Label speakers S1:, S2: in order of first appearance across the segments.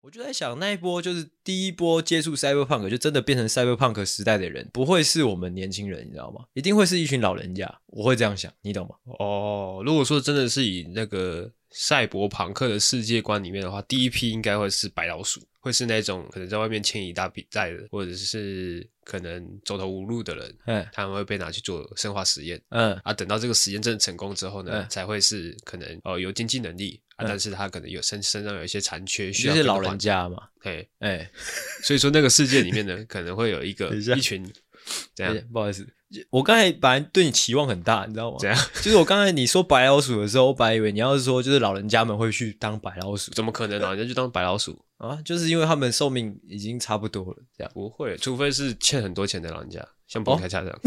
S1: 我就在想，那一波就是第一波接触 cyberpunk，就真的变成 cyberpunk 时代的人，不会是我们年轻人，你知道吗？一定会是一群老人家，我会这样想，你懂吗？
S2: 哦，如果说真的是以那个赛博朋克的世界观里面的话，第一批应该会是白老鼠，会是那种可能在外面牵一大笔债的，或者是可能走投无路的人，
S1: 嗯
S2: 他们会被拿去做生化实验
S1: 嗯
S2: 啊。等到这个实验真的成功之后呢，
S1: 嗯
S2: 才会是可能哦有经济能力啊，
S1: 嗯
S2: 但是他可能有身身上有一些残缺，需
S1: 就
S2: 要
S1: 是
S2: 更
S1: 老
S2: 换
S1: 人家嘛，
S2: 嘿，
S1: 哎、
S2: 所以说那个世界里面呢，可能会有一个
S1: 等一下
S2: 一群怎样
S1: 哎不好意思，我刚才本来对你期望很大，你知道吗？
S2: 怎样，
S1: 就是我刚才你说白老鼠的时候，我本来以为你要是说就是老人家们会去当白老鼠
S2: 怎么可能啊？人家就当白老鼠。
S1: 啊，就是因为他们寿命已经差不多了，这样。
S2: 不会，除非是欠很多钱的老人家，像彭
S1: 哦
S2: 恰恰这样。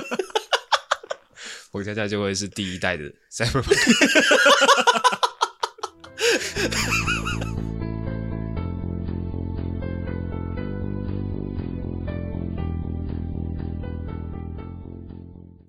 S2: 彭恰恰就会是第一代的 c y b e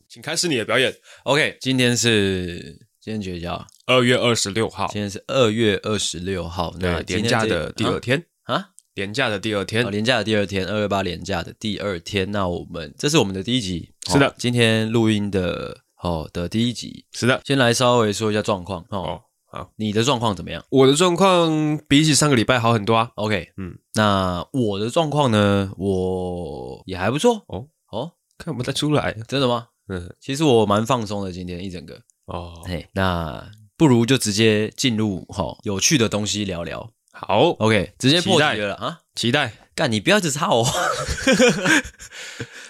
S2: 请开始你的表演。
S1: OK，今天是今天绝交，
S2: 二月二十六号，
S1: 今天是二月二十六号，那
S2: 对，
S1: 今
S2: 廉
S1: 天
S2: 价
S1: 这
S2: 的第二
S1: 啊
S2: 天，
S1: 啊
S2: 廉价的第二天
S1: 哦，，连假的第二天，二月八连假的第二天，那我们这是我们的第一集，哦
S2: 是的
S1: 今天录音的哦的第一集，
S2: 是的。
S1: 先来稍微说一下状况哦
S2: 哦，
S1: 你的状况怎么样
S2: 我的状况比起上个礼拜好很多啊。
S1: ？OK，
S2: 嗯，
S1: 那我的状况呢，我也还不错
S2: 哦
S1: 哦，
S2: 看不太出来。
S1: 真的吗？
S2: 嗯，
S1: 其实我蛮放松的，今天一整个，
S2: 哦，
S1: 嘿，那不如就直接进入哈、哦、有趣的东西聊聊
S2: 好，
S1: ，OK，直接破
S2: 期待
S1: 题了啦啊。
S2: 期待。
S1: 干，你不要只插我。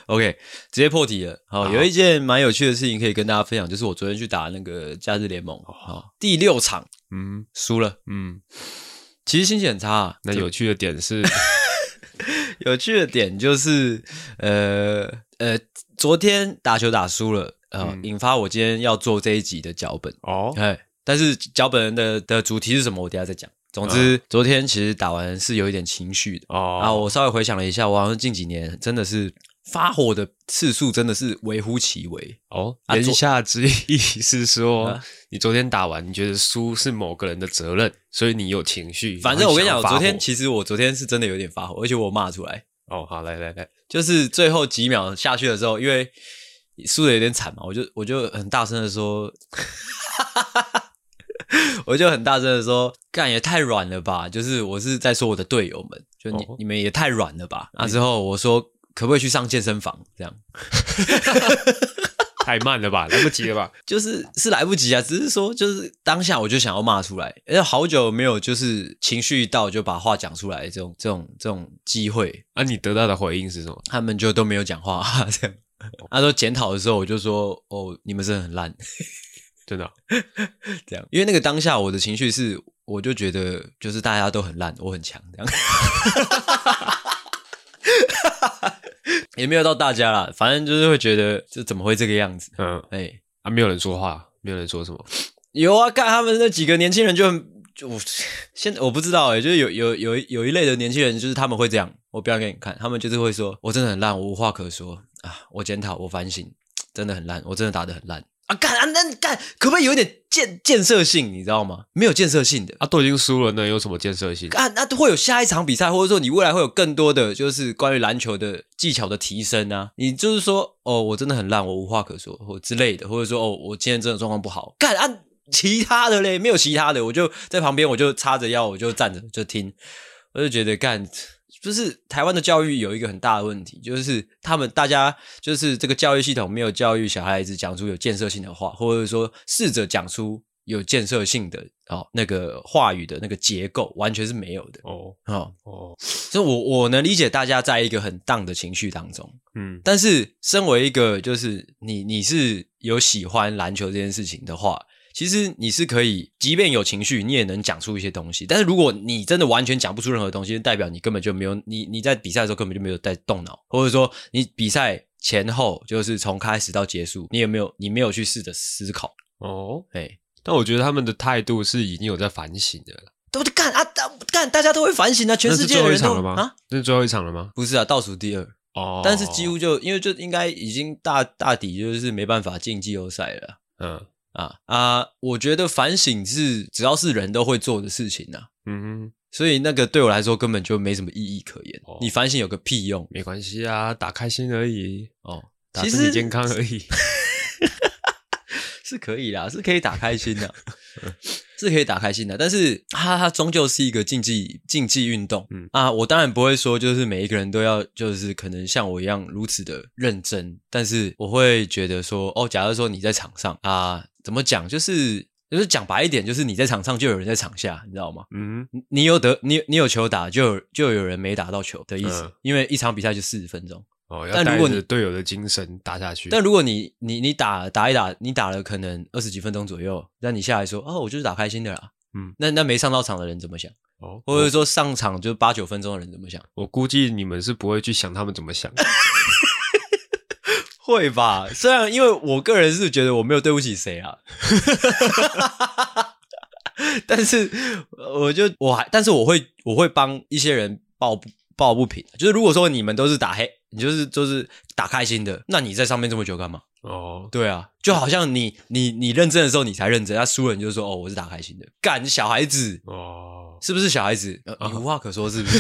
S1: OK，直接破题了。好，
S2: 好
S1: 有一件蛮有趣的事情可以跟大家分享，就是我昨天去打那个假日联盟，好，第六场
S2: 哦嗯
S1: 输了，
S2: 嗯，
S1: 其实心情很差、啊。
S2: 那有趣的点是，
S1: 有趣的点就是，呃呃，昨天打球打输了，呃，
S2: 嗯
S1: 引发我今天要做这一集的脚本。
S2: 哦，
S1: 哎，但是脚本的的主题是什么，我等一下再讲。总之，昨天其实打完是有一点情绪的。
S2: 哦，
S1: 啊，我稍微回想了一下，我好像近几年真的是发火的次数真的是微乎其微。
S2: 哦，
S1: 啊
S2: 言
S1: 昨
S2: 下之意是说，
S1: 啊
S2: 你昨天打完，你觉得输是某个人的责任，所以你有情绪。
S1: 反正我跟你
S2: 然
S1: 讲，
S2: 后
S1: 昨
S2: 想要发
S1: 天
S2: 火
S1: 其实我昨天是真的有点发火，而且我骂出来，
S2: 哦，好，来来来，
S1: 就是最后几秒下去的时候，因为输的有点惨嘛，我就我就很大声的说， 我就很大声的说，干也太软了吧！就是我是在说我的队友们，就你、
S2: 哦嗯
S1: 你们也太软了吧。那之后我说。可不可以去上健身房？这样
S2: 太慢了吧，来不及 了吧？
S1: 就是是来不及啊，只是说就是当下我就想要骂出来，因为好久没有就是情绪一到就把话讲出来这种这种这种机会，
S2: 啊，你得到的回应是什么？
S1: 他们就都没有讲话 这样。他说检讨的时候，我就说哦，你们真的很烂
S2: 真的哦
S1: 这样，因为那个当下我的情绪是，我就觉得就是大家都很烂，我很强这样。 也没有到大家啦，反正就是会觉得这怎么会这个样子？
S2: 嗯，
S1: 哎、
S2: 啊，没有人说话，没有人说什么。
S1: 有啊，干他们那几个年轻人就很，就我现在我不知道哎、就是有有有一有一类的年轻人，就是他们会这样，我表演给你看，他们就是会说，我真的很烂，我无话可说啊，我检讨，我反省，真的很烂，我真的打得很烂啊，干啊那干，可不可以有一点建建设性，你知道吗？没有建设性的。
S2: 啊，都已经输了，那有什么建设性？
S1: 啊，那会有下一场比赛，或者说你未来会有更多的就是关于篮球的技巧的提升啊。你就是说，哦，我真的很烂，我无话可说，或之类的，或者说，哦，我今天真的状况不好，干啊，其他的嘞，没有其他的，我就在旁边，我就叉着腰，我就站着就听，我就觉得干。就是台湾的教育有一个很大的问题，就是他们大家就是这个教育系统没有教育小孩子讲出有建设性的话，或者说试着讲出有建设性的哦那个话语的那个结构，完全是没有的
S2: 哦
S1: 哦。
S2: 哦，
S1: 所以我我能理解大家在一个很荡的情绪当中，
S2: 嗯
S1: 但是身为一个就是你你是有喜欢篮球这件事情的话。其实你是可以，即便有情绪，你也能讲出一些东西。但是如果你真的完全讲不出任何东西，代表你根本就没有你你在比赛的时候根本就没有在动脑，或者说你比赛前后就是从开始到结束，你有没有你没有去试着思考？
S2: 哦，
S1: 哎，
S2: 但我觉得他们的态度是已经有在反省的了。
S1: 都干啊大干，大家都会反省啊，全
S2: 那
S1: 世
S2: 是
S1: 界
S2: 最
S1: 的
S2: 后一
S1: 人都
S2: 场了吗
S1: 啊，？
S2: 那是最后一场了吗？
S1: 不是啊，倒数第二，
S2: 哦，
S1: 但是几乎就因为就应该已经大大抵就是没办法进季后赛了
S2: 嗯
S1: 啊啊！我觉得反省是只要是人都会做的事情啊，
S2: 嗯哼
S1: 所以那个对我来说根本就没什么意义可言。
S2: 哦
S1: 你反省有个屁用
S2: 没关系啊，打开心而已，
S1: 哦！
S2: 打
S1: 其
S2: 身体
S1: 实
S2: 健康 而已。
S1: 是可以啦，是可以打开心 的，是可以打开心的。但是它它终究是一个竞技竞技运动，
S2: 嗯
S1: 啊，我当然不会说就是每一个人都要就是可能像我一样如此的认真，但是我会觉得说，哦，假如说你在场上啊，怎么讲就是。就是讲白一点，就是你在场上就有人在场下，你知道吗？
S2: 嗯，
S1: 你你有得你你有球打，就有就有人没打到球的意思，
S2: 嗯
S1: 因为一场比赛就四十分钟。
S2: 哦，
S1: 但
S2: 要
S1: 如
S2: 带
S1: 果你
S2: 着队友的精神打下去。
S1: 但如果你你你打打一打，你打了可能二十几分钟左右，那你下来说哦，我就是打开心的啦。
S2: 嗯，
S1: 那那没上到场的人怎么想？
S2: 哦，
S1: 或者说上场就八九分钟的人怎么想？
S2: 我估计你们是不会去想他们怎 么想。
S1: 会吧？虽然因为我个人是觉得我没有对不起谁啊， 但是我就我还，但是我会我会帮一些人抱不抱不平。就是如果说你们都是打黑，你就是就是打开心的，那你在上面这么久干嘛？
S2: 哦，
S1: 对啊，就好像你你你认真的时候你才认真，那输了你就说哦我是打开心的，干你小孩子
S2: 哦，
S1: 是不是小孩子？呃
S2: 啊
S1: 你无话可说是不是？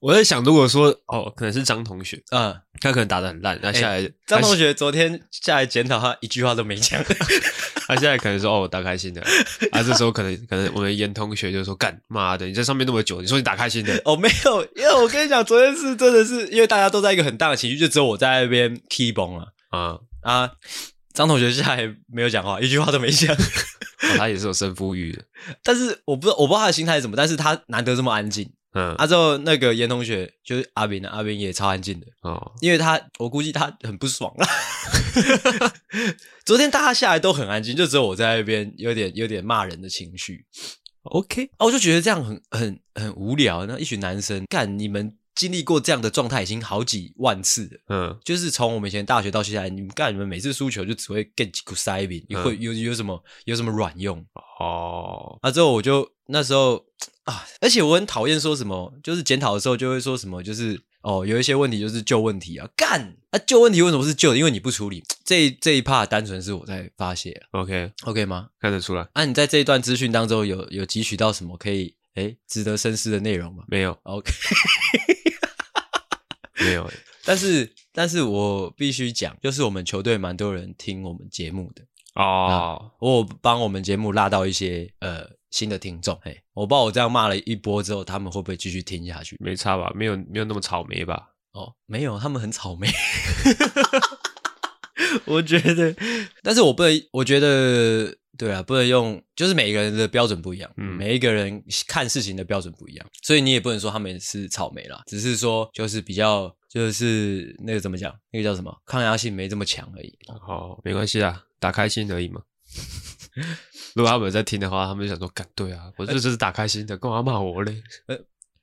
S2: 我在想，如果说哦，可能是张同学，
S1: 嗯，
S2: 他可能打的很烂，那下来
S1: 哎张同
S2: 学，
S1: 学昨天下来检讨他一句话都没讲，
S2: 他现在可能说哦，我打开 心的，啊，这时候可能可能我们严同学就说干妈的，你在上面那么久，你说你打开心的，
S1: 哦没有，因为我跟你讲昨天是真的是因为大家都在一个很大的情绪，就只有我在那边 key 崩了
S2: 啊，哦
S1: 啊。张同学下来没有讲话，一句话都没讲，
S2: 他也是有胜负欲的，
S1: 但是我不知道我不知道他的心态是什么，但是他难得这么安静。
S2: 嗯，
S1: 啊，之后那个严同学就是阿斌啊，阿斌也超安静的，
S2: 哦，
S1: 因为他，我估计他很不爽啦。 昨天大家下来都很安静，就只有我在那边有点有点骂人的情绪。OK，啊，我就觉得这样很很很无聊。那一群男生，干你们经历过这样的状态已经好几万次了。
S2: 嗯，
S1: 就是从我们以前大学到现在，你们干你们每次输球就只会 get 几股塞饼，
S2: 嗯
S1: 会有有什么有什么卵用？
S2: 哦，
S1: 啊，之后我就那时候啊，而且我很讨厌说什么，就是检讨的时候就会说什么，就是哦，有一些问题就是旧问题啊，干啊，旧问题为什么是旧的？因为你不处理，这一这一 part 单纯是我在发泄、啊、
S2: ，OK，
S1: ，OK 吗？
S2: 看得出来，
S1: 啊，你在这一段资讯当中有有汲取到什么可以诶值得深思的内容吗哦
S2: 没有，
S1: ？OK，
S2: 没有， 欸
S1: 但是但是我必须讲，就是我们球队蛮多人听我们节目的，
S2: 哦，
S1: 我有帮我们节目拉到一些呃新的听众，嘿，我不知道我这样骂了一波之后，他们会不会继续听下去？
S2: 没差吧？没有，没有那么草莓吧？
S1: 哦，没有，他们很草莓。 我觉得，但是我不能，我觉得对啊，不能用，就是每个人的标准不一样，
S2: 嗯
S1: 每一个人看事情的标准不一样，所以你也不能说他们是草莓啦，只是说就是比较就是那个怎么讲，那个叫什么抗压性没这么强而已。
S2: 哦，没关系啊，打开心而 已嘛。如果他们有在听的话，他们就想说，干对啊，我这只是打开心的，干嘛骂我嘞？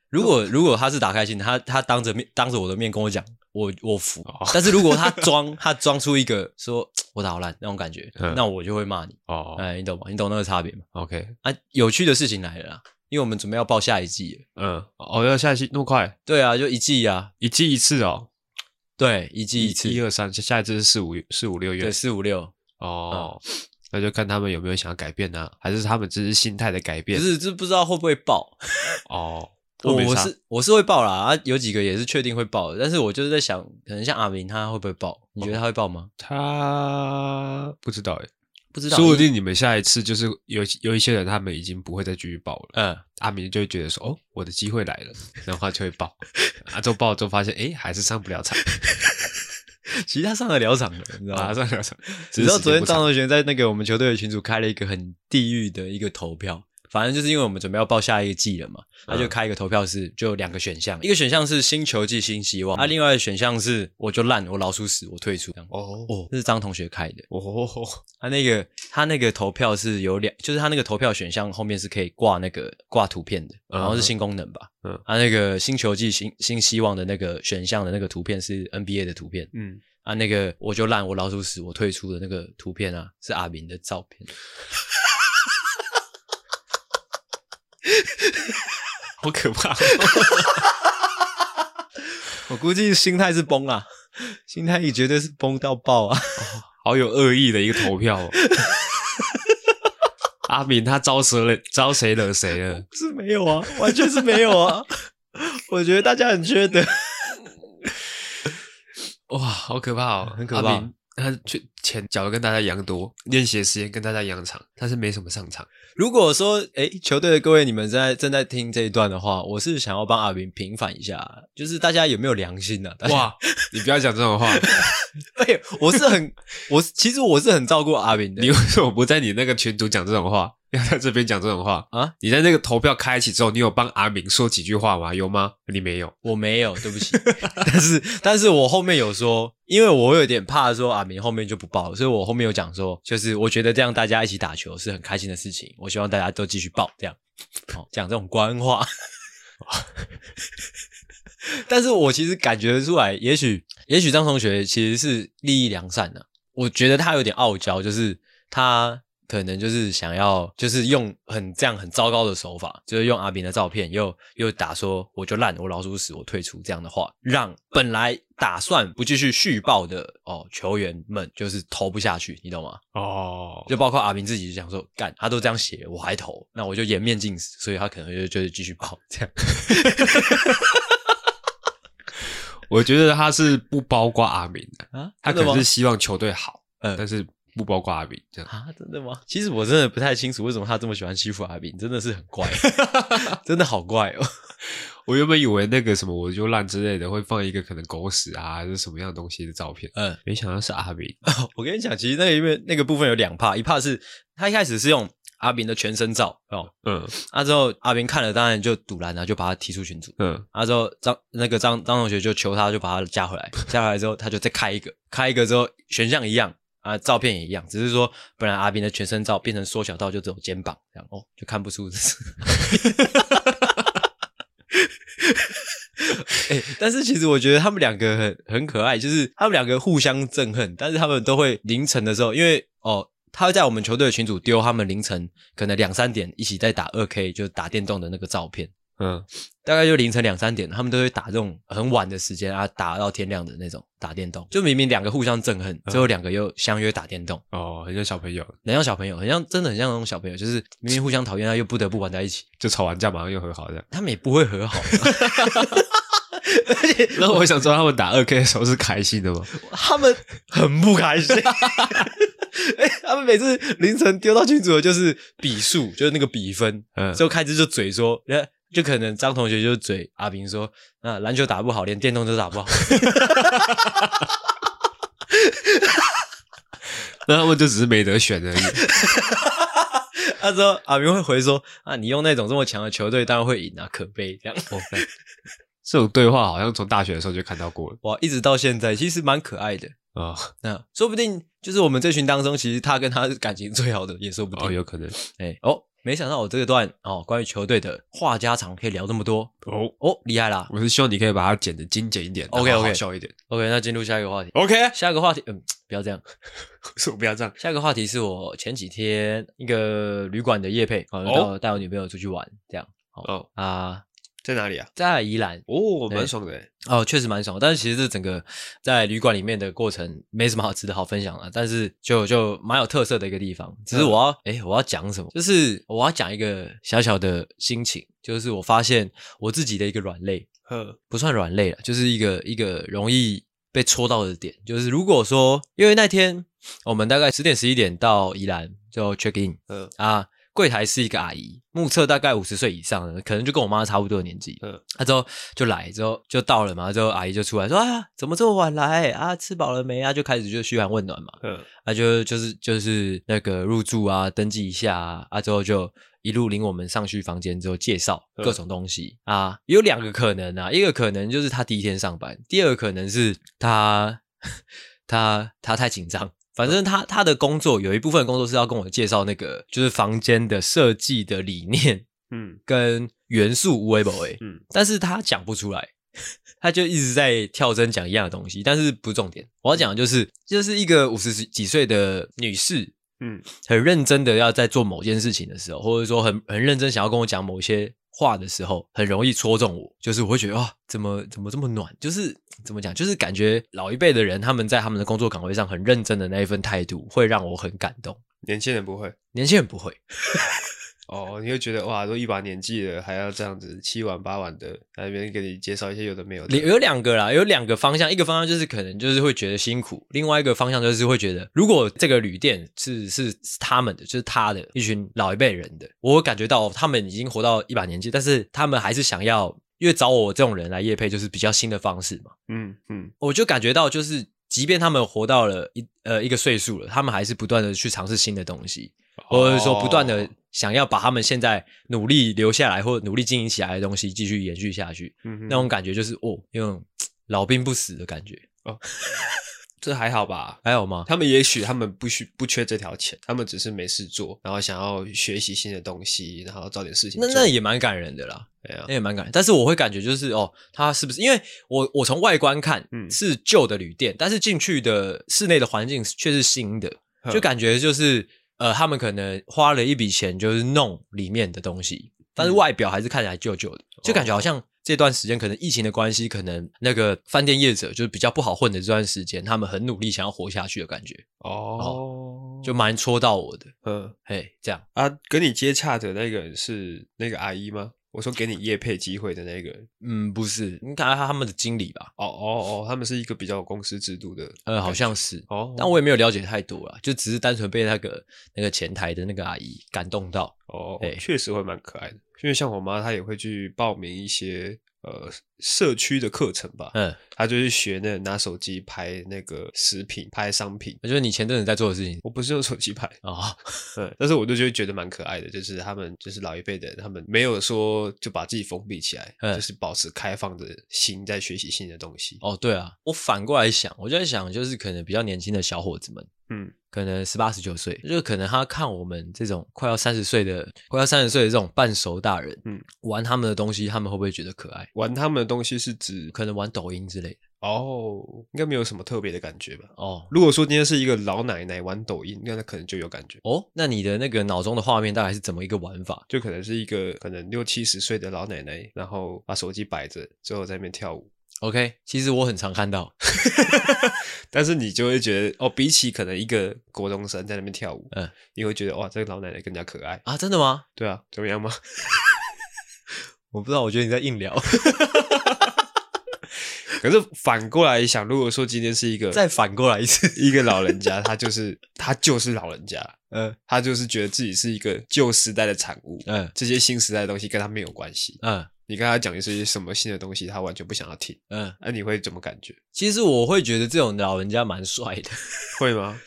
S1: 如果
S2: 哦
S1: 如果他是打开心，他他当着面当着我的面跟我讲，我我服
S2: 哦。
S1: 但是如果他装他装出一个说我打好烂那种感觉，
S2: 嗯
S1: 那我就会骂你。
S2: 哦
S1: 哎，你懂吗？你懂那个差别吗？
S2: ，OK，
S1: 啊，有趣的事情来了啦，因为我们准备要报下一季了。
S2: 嗯，哦，要下一期那么快，
S1: 对啊，就一季啊，
S2: 一季一次哦，
S1: 对，一季一次，
S2: 一二三，下下一次是四五四五六月
S1: 对，嗯四五六，
S2: 哦。那就看他们有没有想要改变呢、啊还是他们只是心态的改
S1: 不
S2: 变？
S1: 是，这不知道会不会报。
S2: 哦，
S1: 我
S2: 没
S1: 我
S2: 差
S1: 是我是会报啦，啊，有几个也是确定会报的，但是我就是在想，可能像阿明他会不会报？你觉得他会报吗？
S2: 他不知道哎，
S1: 不知道，
S2: 说不定你们下一次就是有有一些人他们已经不会再继续报了。
S1: 嗯，
S2: 阿明就会觉得说：“哦，我的机会来了。”然后他就会报， 啊，之后报了之后发现，哎，还是上不了场，
S1: 其实他上得了场的，你知道
S2: 啊，
S1: 吗？
S2: 上不了场。
S1: 你知道昨天张
S2: 上
S1: 同学在那个我们球队的群组开了一个很地狱的一个投票，反正就是因为我们准备要报下一个季了嘛，他
S2: 嗯
S1: 就开一个投票是就有两个选项，一个选项是新球季新希望，啊，另外的选项是我就烂，我老鼠屎，我退出。这样
S2: 哦
S1: 哦，这是张同学开的，
S2: 哦，
S1: 他那个他那个投票是有两，就是他那个投票选项后面是可以挂那个挂图片的，
S2: 嗯
S1: 然后是新功能吧，
S2: 嗯
S1: 他那个新球季新新希望的那个选项的那个图片是 NBA 的图片，
S2: 嗯，
S1: 啊，那个我就烂，我老鼠屎，我退出的那个图片啊，是阿明的照片。
S2: 好可怕。
S1: 我估计心态是崩啊，心态也绝对是崩到爆啊。
S2: 好有恶意的一个投票哦。阿阿敏他招谁了？招谁惹谁了？
S1: 是没有啊，完全是没有啊。 我觉得大家很缺德，
S2: 哇，好可怕哦，很
S1: 可怕
S2: 他去钱缴的跟大家一样多，练习的时间跟大家一样长，但是没什么上场。
S1: 如果说，哎，球队的各位，你们正在正在听这一段的话，我是想要帮阿明平反一下，就是大家有没有良心呢、啊？ 大家，
S2: 哇，你不要讲这种话，
S1: 哎，我是很，我是其实我是很照顾阿明的
S2: 你。为 什么不在你那个群组讲这种话？要在这边讲这种话
S1: 啊？
S2: 你在那个投票开启之后，你有帮阿明说几句话吗？有吗？你没有。
S1: 我没有，对不起。 但是，但是我后面有说，因为我有点怕说阿明后面就不报了，所以我后面有讲说，就是我觉得这样大家一起打球是很开心的事情，我希望大家都继续报这样，哦，讲这种官话。 但是我其实感觉得出来，也许也许张同学其实是利益良善的、啊我觉得他有点傲娇，就是他可能就是想要，就是用很这样很糟糕的手法，就是用阿炳的照片，又又打说我就烂，我老鼠屎，我退出这样的话，让本来打算不继续续报的哦球员们就是投不下去，你懂吗？
S2: 哦
S1: 就包括阿炳自己就想说，干他都这样写，我还投，那我就颜面尽失，所以他可能就就是继续报这样。
S2: 我觉得他是不包括阿明的，
S1: 啊，
S2: 他可
S1: 真的
S2: 能
S1: 吗
S2: 是希望球队好，
S1: 嗯
S2: 但是不包括阿明这样。
S1: 啊，真的吗？其实我真的不太清楚为什么他这么喜欢欺负阿炳，真的是很怪， 真的好怪哦。
S2: 我原本以为那个什么我就烂之类的会放一个可能狗屎啊还是什么样的东西的照片，
S1: 嗯，
S2: 没想到是阿明。
S1: 我跟你讲，其实那个因为那个部分有两怕，一怕是他一开始是用阿炳的全身照哦，
S2: 嗯
S1: 啊之后阿炳看了，当然就堵拦了，就把他踢出群组。
S2: 嗯，
S1: 啊之后张那个张张同学就求他，就把他加回来，加回来之后他就再开一个，开一个之后选项一样啊，照片也一样，只是说本来阿炳的全身照变成缩小到就只有肩膀这样哦，就看不出这是。 哎、但是其实我觉得他们两个很很可爱，就是他们两个互相憎恨，但是他们都会凌晨的时候，因为哦，他会在我们球队的群组丢他们凌晨可能两三点一起在打二 K，就是打电动的那个照片，
S2: 嗯，
S1: 大概就凌晨两三点，他们都会打这种很晚的时间啊，打到天亮的那种打电动，就明明两个互相憎恨，最后两个又相约打电动，
S2: 哦，很像小朋友，
S1: 很像小朋友，很像真的很像那种小朋友，就是明明互相讨厌， 但又不得不玩在一起，
S2: 就吵完架马上又和好 这样。
S1: 他们也不会和好。
S2: 那我想知道他们打二 K 的时候是开心的吗？
S1: 他们很不开 心。哎，他们每次凌晨丢到群组的就是比数，就是那个比分，
S2: 嗯
S1: 之后开始 就嘴说，那就可能张同学就嘴阿平说，啊，篮球打不好，连电动都打不好。
S2: 那他们就只是没得选而已。
S1: 他说阿平会回说，啊，你用那种这么强的球队，当然会赢啊，可悲这样。
S2: 哦这种对话好像从大学的时候就看到过了
S1: 哇，一直到现在，其实蛮可爱的。
S2: 啊、
S1: 那说不定就是我们这群当中，其实他跟他是感情最好的，也说不定。
S2: 哦，有可能
S1: 哎哦，没想到我这个段哦，关于球队的话家常可以聊这么多
S2: 哦。
S1: 哦，厉害啦！
S2: 我是希望你可以把它剪的精简一点
S1: OK，OK
S2: 然后好笑一点。
S1: OK，那进入下一个话题。
S2: OK，
S1: 下一个话题，嗯，不要这样。
S2: 我不要这样。
S1: 下一个话题是我前几天一个旅馆的夜配，哦，
S2: 哦
S1: 就带我带我女朋友出去玩，这样
S2: 哦，
S1: 啊，
S2: 在哪里啊？
S1: 在宜兰
S2: 哦，
S1: 对
S2: 蛮爽的欸。
S1: 哦，确实蛮爽。但是其实这整个在旅馆里面的过程没什么好值得好分享的，啊但是就就蛮有特色的一个地方。只是我要哎、我要讲什么？就是我要讲一个小小的心情，就是我发现我自己的一个软肋，
S2: 嗯
S1: 不算软肋了，就是一个一个容易被戳到的点。就是如果说，因为那天我们大概十点十一点到宜兰就 check in
S2: 嗯
S1: 啊，柜台是一个阿姨，目测大概五十岁以上的，可能就跟我妈差不多的年纪。
S2: 嗯，
S1: 她、之后就来，之后就到了嘛，之后阿姨就出来说啊，怎么这么晚来啊？吃饱了没啊？就开始就嘘寒问暖嘛。
S2: 嗯，
S1: 啊，就就是就是那个入住啊，登记一下啊，啊之后就一路领我们上去房间之后介绍
S2: 嗯
S1: 各种东西、啊，有两个可能啊，一个可能就是他第一天上班，第二个可能是他他他太紧张。反正他他的工作有一部分工作是要跟我介绍那个就是房间的设计的理念
S2: 嗯
S1: 跟元素无为不为，
S2: 嗯
S1: 但是他讲不出来，他就一直在跳针讲一样的东西，但是不是重点。我要讲的就是，就是一个五十几岁的女士，
S2: 嗯
S1: 很认真的要在做某件事情的时候，或者说很很认真想要跟我讲某些话的时候，很容易戳中我，就是我会觉得啊，怎么怎么这么暖？就是怎么讲，就是感觉老一辈的人他们在他们的工作岗位上很认真的那一份态度，会让我很感动。
S2: 年轻人不会
S1: 年轻人不会，
S2: 哦，你会觉得哇，都一把年纪了，还要这样子七晚八晚的，在那边给你介绍一些有的没有的。
S1: 有有两个啦，有两个方向，一个方向就是可能就是会觉得辛苦，另外一个方向就是会觉得，如果这个旅店是是是他们的，就是他的一群老一辈人的，我感觉到他们已经活到一把年纪，但是他们还是想要，因为找我这种人来夜配就是比较新的方式嘛，
S2: 嗯嗯，
S1: 我就感觉到就是。即便他们活到了一呃一个岁数了，他们还是不断的去尝试新的东西，或者说不断的
S2: 哦
S1: 想要把他们现在努力留下来或努力经营起来的东西继续延续下去。
S2: 嗯哼
S1: 那种感觉就是哦，有种嘖老兵不死的感觉，
S2: 这还好吧？
S1: 还有吗？
S2: 他们也许他们不需不缺这条钱，他们只是没事做，然后想要学习新的东西，然后找点事情
S1: 那
S2: 做。
S1: 那也蛮感人的啦，
S2: 对啊
S1: 那，也蛮感人。但是我会感觉就是哦，它是不是因为我我从外观看，
S2: 嗯
S1: 是旧的旅店，但是进去的室内的环境却是新的，
S2: 嗯
S1: 就感觉就是呃，他们可能花了一笔钱就是弄里面的东西，但是
S2: 嗯
S1: 外表还是看起来旧旧的，就感觉好像这段时间可能疫情的关系，可能那个饭店业者就是比较不好混的这段时间，他们很努力想要活下去的感觉，
S2: 哦，
S1: 就蛮戳到我的。
S2: 嗯
S1: 嘿，这样。
S2: 啊，跟你接洽的那个人是那个阿姨吗？我说给你业配机会的那个人。
S1: 嗯，不是，你看他们的经理吧，
S2: 哦哦哦，他们是一个比较有公司制度的。
S1: 呃，好像是，
S2: 哦，
S1: 但我也没有了解太多啦，就只是单纯被那个那个前台的那个阿姨感动到。
S2: 哦
S1: 哎，
S2: 确实会蛮可爱的。因为像我妈，她也会去报名一些呃社区的课程吧，
S1: 嗯，
S2: 她就是学那拿手机拍那个食品、拍商品。
S1: 那就是你前阵子在做的事情
S2: 我不是用手 机拍，
S1: 啊、哦，
S2: 对，但是我就觉得觉得蛮可爱的，就是他们就是老一辈的人，他们没有说就把自己封闭起来，
S1: 嗯
S2: 就是保持开放的心，在学习新的东西。
S1: 哦，对啊，我反过来想，我就在想，就是可能比较年轻的小伙子们，
S2: 嗯，
S1: 可能十八十九岁，就可能他看我们这种快要三十岁的、快要三十岁的这种半熟大人，嗯
S2: 嗯，
S1: 玩他们的东西，他们会不会觉得可爱？
S2: 玩他们的东西是指
S1: 可能玩抖音之类的。
S2: 哦，应该没有什么特别的感觉吧。
S1: 哦
S2: 如果说今天是一个老奶奶玩抖音，那她可能就有感觉。
S1: 哦，那你的那个脑中的画面大概是怎么一个玩法？
S2: 就可能是一个可能六七十岁的老奶奶，然后把手机摆着，最后在那边跳舞。
S1: OK，其实我很常看到，
S2: 但是你就会觉得，哦，比起可能一个国中生在那边跳舞，
S1: 嗯
S2: 嗯，你会觉得哇，这个老奶奶更加可爱。
S1: 啊，真的吗？
S2: 对啊，怎么样吗？
S1: 我不知道，我觉得你在硬 聊，
S2: 可是反过来想，如果说今天是一个
S1: 再反过来一次，
S2: 一个老人家，他就是他就是老人家，
S1: 嗯
S2: 他就是觉得自己是一个旧时代的产物，
S1: 嗯
S2: 这些新时代的东西跟他没有关系。
S1: 嗯
S2: 你跟他讲的是一些什么新的东西，他完全不想要听，
S1: 嗯。
S2: 那、你会怎么感觉？
S1: 其实我会觉得这种老人家蛮帅的，
S2: 会吗？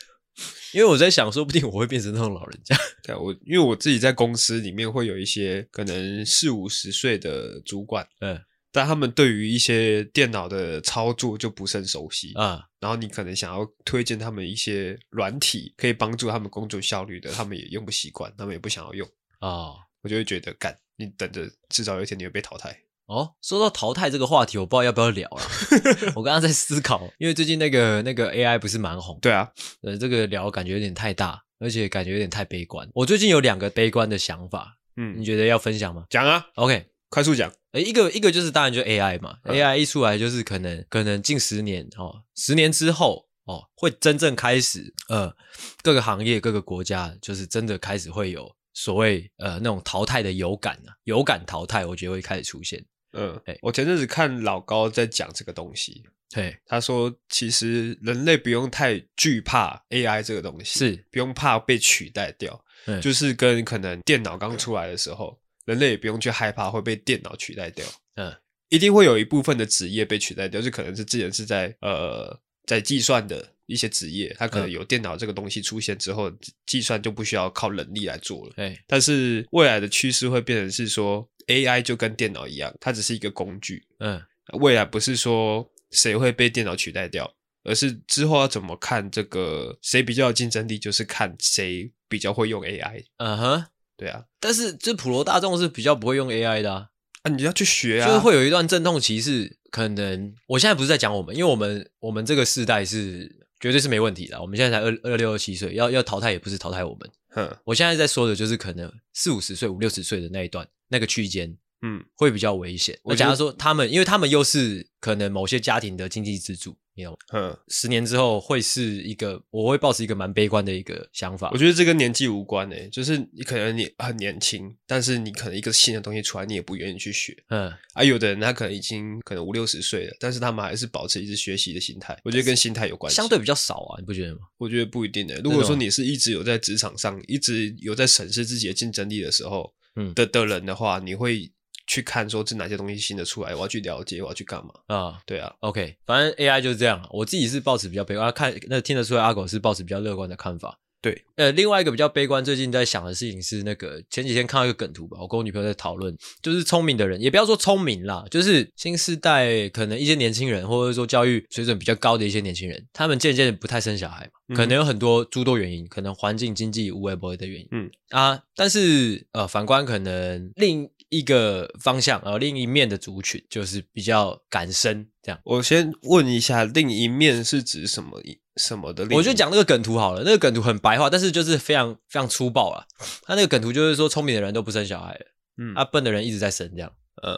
S1: 因为我在想，说不定我会变成那种老人家。
S2: 对啊我，因为我自己在公司里面会有一些可能四五十岁的主管，
S1: 嗯
S2: 但他们对于一些电脑的操作就不是很熟悉。
S1: 啊
S2: 然后你可能想要推荐他们一些软体，可以帮助他们工作效率的，他们也用不习惯，他们也不想要用。
S1: 哦
S2: 我就会觉得，干，你等着，迟早有一天你会被淘汰。
S1: 哦，说到淘汰这个话题，我不知道要不要聊啊。 我刚刚在思考，因为最近那个那个 AI 不是蛮红，
S2: 对啊，
S1: 呃，这个聊感觉有点太大，而且感觉有点太悲观。我最近有两个悲观的想法，你
S2: 嗯，
S1: 觉得要分享吗
S2: 讲啊，
S1: ？OK，
S2: 快速讲。
S1: 呃，一个一个就是当然就 AI 嘛、
S2: 嗯
S1: a i 一出来就是可能可能近十年哦，十年之后哦，会真正开始呃，各个行业各个国家就是真的开始会有所谓呃那种淘汰的有感啊，有感淘汰，我觉得会开始出现。
S2: 嗯
S1: 哎，
S2: 我前阵子看老高在讲这个东西，
S1: 对，
S2: 他说其实人类不用太惧怕 AI 这个东西，
S1: 是
S2: 不用怕被取代掉，
S1: 嗯
S2: 就是跟可能电脑刚出来的时候，人类也不用去害怕会被电脑取代掉，
S1: 嗯，
S2: 一定会有一部分的职业被取代掉，就可能是之前是在呃在计算的一些职业，它可能
S1: 嗯
S2: 有电脑这个东西出现之后，计计算就不需要靠人力来做了。
S1: 哎，
S2: 但是未来的趋势会变成是说，AI 就跟电脑一样，它只是一个工具，
S1: 嗯
S2: 未来不是说谁会被电脑取代掉，而是之后要怎么看这个谁比较有竞争力，就是看谁比较会用 AI。
S1: 嗯哼，
S2: 对啊，
S1: 但是这普罗大众是比较不会用 AI 的啊，
S2: 啊，你要去学啊，
S1: 就是会有一段阵痛期是可能，我现在不是在讲我们，因为我们我们这个世代是绝对是没问题的啊，我们现在才二二六二七岁，要要淘汰也不是淘汰我们。
S2: 哼，
S1: 我现在在说的就是可能四五十岁、五六十岁的那一段那个区间，
S2: 嗯，
S1: 会比较危险。
S2: 我
S1: 我
S2: 觉
S1: 假
S2: 得
S1: 如说他们，因为他们又是可能某些家庭的经济支柱，你懂吗？
S2: 嗯，
S1: 十年之后会是一个，我会抱持一个蛮悲观的一个想法
S2: 我。觉得这跟年纪无关诶、欸就是你可能你很年轻，但是你可能一个新的东西出来，你也不愿意去学
S1: 嗯，
S2: 啊。有的人他可能已经可能五六十岁了，但是他们还是保持一直学习的心态，我觉得跟心态有关系。
S1: 相对比较少啊，你不觉得吗？
S2: 我觉得不一定的、欸如
S1: 的
S2: 果说
S1: 吗
S2: 你是一直有在职场上，一直有在审视自己的竞争力的时候，
S1: 嗯
S2: 的的人的话，你会去看说这哪些东西新的出来，我要去了解，我要去干嘛？
S1: 啊、
S2: 对啊，
S1: o k 反正 AI 就是这样。啊我自己是抱持比较悲观，啊看那听得出来阿狗是抱持比较乐观的看法。
S2: 对，
S1: 呃，另外一个比较悲观，最近在想的事情是那个前几天看到一个梗图吧，我跟我女朋友在讨论，就是聪明的人，也不要说聪明啦，就是新时代可能一些年轻人，或者说教育水准比较高的一些年轻人，他们渐渐地不太生小孩
S2: 嗯
S1: 嘛，可能有很多诸多原因，可能环境、经济、无为不为的原因，
S2: 嗯
S1: 啊，但是呃，反观可能另一个方向，呃，另一面的族群就是比较敢生这样。
S2: 我先问一下，另一面是指什么一什么的另一面？
S1: 我就讲那个梗图好了，那个梗图很白话，但是就是非常非常粗暴啦。他那个梗图就是说，聪明的人都不生小孩了，
S2: 嗯
S1: 啊，笨的人一直在生，这样。
S2: 嗯，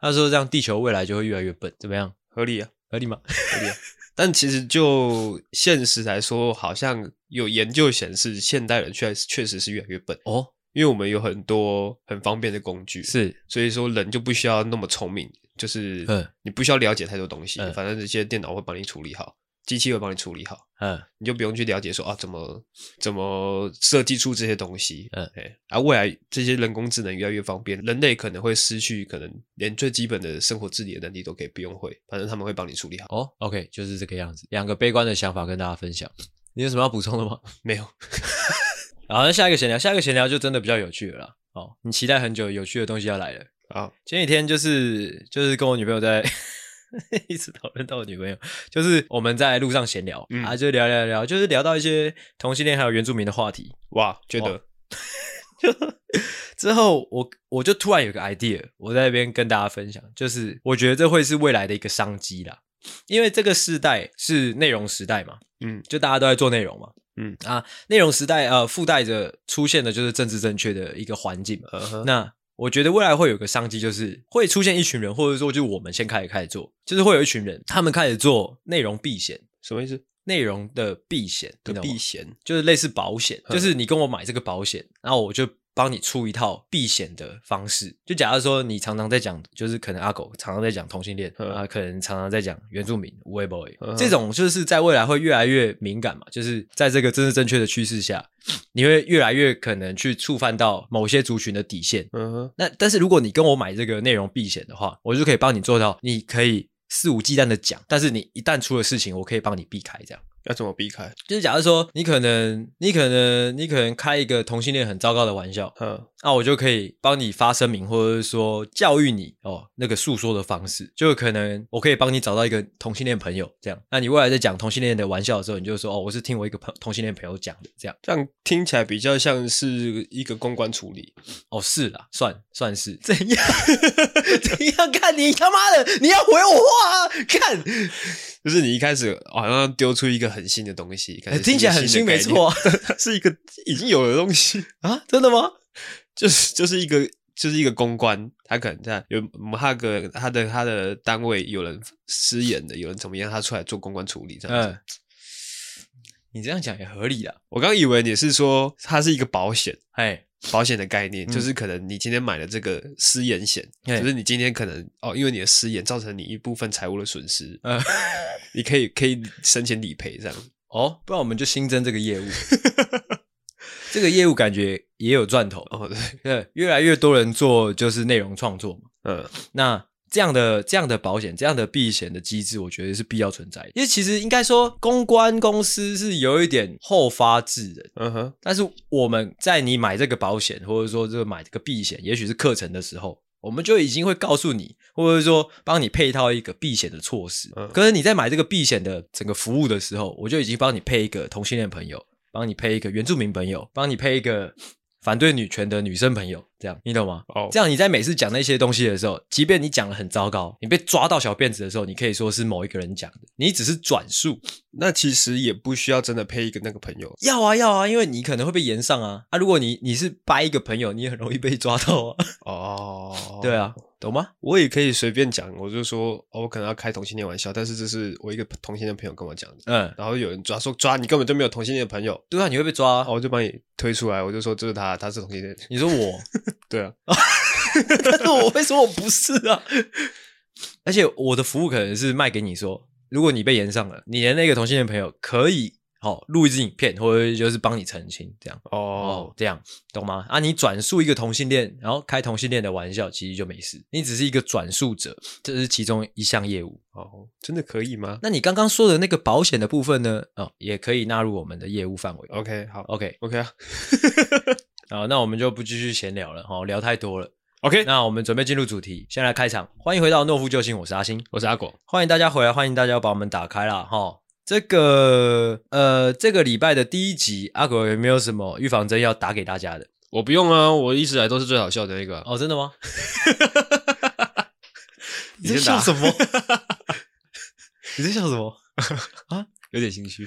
S1: 他说这样地球未来就会越来越笨，怎么样？
S2: 合理啊，
S1: 合理吗？
S2: 合理啊。但其实就现实来说，好像有研究显示，现代人确确实是越来越笨，
S1: 哦，
S2: 因为我们有很多很方便的工具，
S1: 是，
S2: 所以说人就不需要那么聪明，就是
S1: 嗯
S2: 你不需要了解太多东西，
S1: 嗯
S2: 反正这些电脑会帮你处理好，机器会帮你处理好，
S1: 嗯，
S2: 你就不用去了解说啊怎么怎么设计出这些东西。
S1: 嗯
S2: 哎，啊，未来这些人工智能越来越方便，人类可能会失去可能连最基本的生活自理的能力都可以不用会，反正他们会帮你处理好。
S1: 哦，OK，就是这个样子。两个悲观的想法跟大家分享，你有什么要补充的吗？
S2: 没有，
S1: 好，那下一个闲聊，下一个闲聊就真的比较有趣了啦。哦，你期待很久有趣的东西要来了。
S2: 啊，
S1: 前几天就是就是跟我女朋友在 一直讨论到我女朋友，就是我们在路上闲聊、
S2: 嗯
S1: 啊，就聊聊聊，就是聊到一些同性恋还有原住民的话题。
S2: 哇，觉得
S1: 之后我我就突然有个 idea，我在那边跟大家分享，就是我觉得这会是未来的一个商机啦，因为这个时代是内容时代嘛，
S2: 嗯
S1: 就大家都在做内容嘛，
S2: 嗯
S1: 啊，内容时代呃附带着出现的就是政治正确的一个环境嘛，
S2: 呃呵
S1: 那我觉得未来会有个商机，就是会出现一群人，或者说就我们先开始开始做，就是会有一群人，他们开始做内容避险，
S2: 什么意思？
S1: 内容的避险，你
S2: 的
S1: 懂吗
S2: 避嫌
S1: 就是类似保险，
S2: 嗯
S1: 就是你跟我买这个保险，然后我就帮你出一套避险的方式。就假如说你常常在讲，就是可能阿狗常常在讲同性恋
S2: 嗯
S1: 啊，可能常常在讲原住民无 b 不 y
S2: 嗯
S1: 这种就是在未来会越来越敏感嘛，就是在这个政治正确的趋势下，你会越来越可能去触犯到某些族群的底线。
S2: 嗯哼，
S1: 那但是如果你跟我买这个内容避险的话，我就可以帮你做到，你可以肆无忌惮的讲，但是你一旦出了事情，我可以帮你避开这样。
S2: 要怎么避开？
S1: 就是假如说你可能你可能你可能开一个同性恋很糟糕的玩笑，
S2: 嗯
S1: 那我就可以帮你发声明，或者是说教育你哦那个诉说的方式，就可能我可以帮你找到一个同性恋朋友这样。那你未来在讲同性恋的玩笑的时候，你就说哦我是听我一个朋同性恋朋友讲的这样。
S2: 这样听起来比较像是一个公关处理，
S1: 哦是啦，算算是 怎样怎样看你他妈的你要回我话啊看，
S2: 就是你一开始好像丢出一个很新的东西，感觉是一个
S1: 听起来很
S2: 新
S1: 新
S2: 的
S1: 没
S2: 概念
S1: 错啊
S2: 是一个已经有的东西，
S1: 啊真的吗？
S2: 就是就是一个就是一个公关，他可能在有某他个他的他的单位有人失言的，有人怎么样，他出来做公关处理这样子。
S1: 嗯，你这样讲也合理啦，
S2: 我刚以为你是说它是一个保险，
S1: 哎
S2: 保险的概念
S1: 嗯
S2: 就是可能你今天买了这个失言险，
S1: 嘿
S2: 就是你今天可能哦，因为你的失言造成你一部分财务的损失，
S1: 呃。
S2: 你可以可以申请理赔这样。
S1: 哦，不然我们就新增这个 业务，这个业务感觉也有赚头。
S2: 哦，对，
S1: 对，越来越多人做就是内容创作嘛。
S2: 嗯
S1: 那这样的这样的保险、这样的避险的机制，我觉得是必要存在的。因为其实应该说，公关公司是有一点后发制人。
S2: 嗯哼，
S1: 但是我们在你买这个保险，或者说这个买这个避险，也许是课程的时候，我们就已经会告诉你，或者说帮你配套一个避险的措施。
S2: 嗯
S1: 可是你在买这个避险的整个服务的时候，我就已经帮你配一个同性恋朋友，帮你配一个原住民朋友，帮你配一个反对女权的女生朋友，这样你懂吗？
S2: 哦
S1: 这样你在每次讲那些东西的时候，即便你讲的很糟糕，你被抓到小辫子的时候，你可以说是某一个人讲的，你只是转述，
S2: 那其实也不需要真的配一个那个朋友，
S1: 要啊要啊，因为你可能会被延上啊啊！如果你你是掰一个朋友，你也很容易被抓到啊。
S2: 哦哦，
S1: 对啊，懂吗？
S2: 我也可以随便讲，我就说哦，我可能要开同性恋玩笑，但是这是我一个同性恋朋友跟我讲的。
S1: 嗯，
S2: 然后有人抓说抓你根本就没有同性恋朋友，
S1: 对啊，你会被抓、啊
S2: 然后。我就把你推出来，我就说这是他，他是同性恋。
S1: 你说我，
S2: 对啊，
S1: 但是我会说我不是啊。而且我的服务可能是卖给你说，如果你被延上了，你的那个同性恋朋友可以好、录一支影片，或者就是帮你澄清这样。哦
S2: 哦，，
S1: 这样懂吗？啊，你转述一个同性恋，然后开同性恋的玩笑，其实就没事。你只是一个转述者，这是其中一项业务。
S2: 哦，真的可以吗
S1: 那你刚刚说的那个保险的部分呢？哦，也可以纳入我们的业务范围。
S2: ？OK，好
S1: OK，
S2: ，OK 啊
S1: 好，那我们就不继续闲聊了，哦，聊太多了。
S2: ，OK，
S1: 那我们准备进入主题，先来开场。欢迎回到懦夫救星，我是阿星。
S2: 我是阿果。
S1: 欢迎大家回来，欢迎大家把我们打开啦，哈。这个呃，这个礼拜的第一集，阿狗有没有什么预防针要打给大家的？
S2: 我不用啊，我一直以来都是最好笑的那个啊。
S1: 哦，真的吗？ 你在
S2: 你先
S1: 笑
S2: 打
S1: 什么？ 你在笑什么
S2: 有点心虚。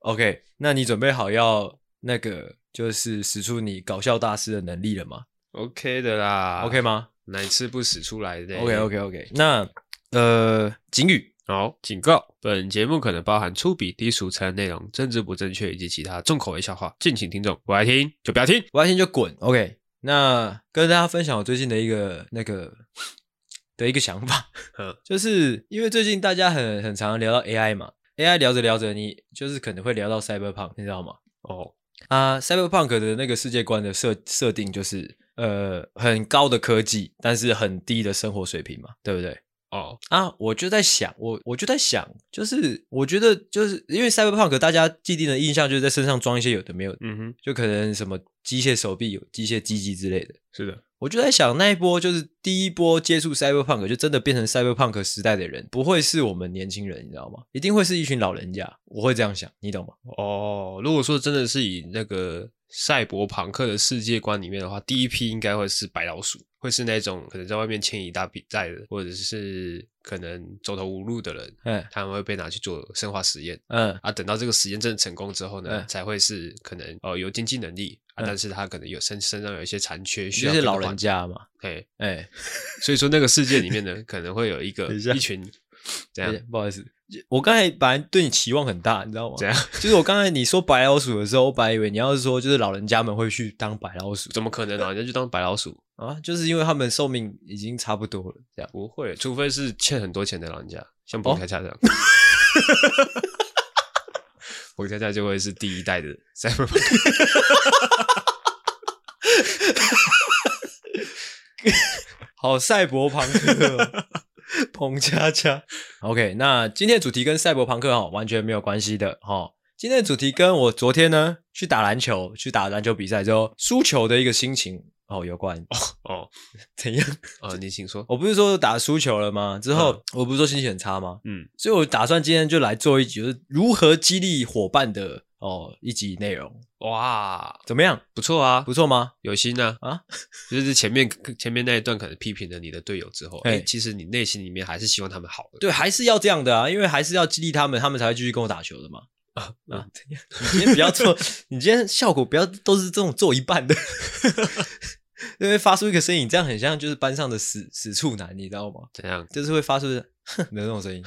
S1: ？OK，那你准备好要那个就是使出你搞笑大师的能力了吗、
S2: OK 的啦
S1: o k 吗
S2: 哪次不使出来的
S1: ？OK OK OK，那呃，警语，
S2: 好，警告：本节目可能包含粗鄙、低俗、残忍内容、政治不正确以及其他重口味笑话，敬请听众不爱听就不要听。
S1: 我要先就滚。OK，那跟大家分享我最近的一个那个 的一个想法，
S2: 嗯，
S1: 就是因为最近大家很很常聊到 AI 嘛，AI 聊着聊着，你就是可能会聊到 Cyberpunk，你知道吗？
S2: 哦，
S1: 啊，Cyberpunk 的那个世界观的设设定就是呃很高的科技，但是很低的生活水平嘛，对不对？
S2: 哦，
S1: 啊，我就在想，我我就在想，就是我觉得就是因为 Cyberpunk 大家既定的印象就是在身上装一些有的没有的，
S2: 嗯哼，
S1: 就可能什么机械手臂、有机械鸡鸡之类的。
S2: 是的，
S1: 我就在想，那一波就是第一波接触 Cyberpunk，就真的变成 Cyberpunk 时代的人，不会是我们年轻人，你知道吗？一定会是一群老人家，我会这样想，你懂吗？
S2: 哦，如果说真的是以那个赛博朋克的世界观里面的话，第一批应该会是白老鼠，会是那种可能在外面牵一大笔债的，或者是可能走投无路的人，
S1: 嗯
S2: 他们会被拿去做生化实验。
S1: 嗯
S2: 啊，等到这个实验真的成功之后呢，
S1: 嗯
S2: 才会是可能呃有经济能力啊，
S1: 嗯
S2: 但是他可能有身身上有一些残缺，需
S1: 就
S2: 要
S1: 是
S2: 被
S1: 老
S2: 换
S1: 人，家嘛，
S2: 哎，
S1: 哎、
S2: 所以说那个世界里面呢，可能会有一个
S1: 等一下哎
S2: 一群这
S1: 等
S2: 样
S1: 一下不好意思，啊我刚才本来对你期望很大，你知道吗？
S2: 怎样，
S1: 就是我刚才你说白老鼠的时候，我本来以为你要是说就是老人家们会去当白老 鼠
S2: 怎么可能老人家就当白老鼠？
S1: 啊，就是因为他们寿命已经差不多了，这样。
S2: 不会，除非是欠很多钱的老人家，像
S1: 哦
S2: 彭恰 恰这样。彭恰恰就会是第一代的 cyberpunk。
S1: 好，赛博朋克哦， 彭恰恰。OK，那今天的主题跟赛博朋克哈、完全没有关系的哈、今天的主题跟我昨天呢去打篮球，去打篮球比赛之后输球的一个心情哦有关。
S2: 哦，
S1: 怎样？嗯
S2: 呃，你请说。
S1: 我不是说打输球了吗？之后、我不是说心情很差吗？
S2: 嗯，
S1: 所以我打算今天就来做一集，就是如何激励伙伴的哦一集内容，
S2: 哇，
S1: 怎么样？
S2: 不错啊
S1: 不，错吗？
S2: 有心啊
S1: 啊！
S2: 就是前面前面那一段可能批评了你的队友之后，哎，
S1: 哎
S2: 其实你内心里面还是希望他们好的。
S1: 对，还是要这样的啊，因为还是要激励他们，他们才会继续跟我打球的嘛。
S2: 啊，
S1: 啊，怎样？你今天不要 做，你今天效果不要都是这种做一半的， 因为发出一个声音，这样很像就是班上的死死处男，你知道吗？
S2: 怎样？
S1: 就是会发出哼的那种声音。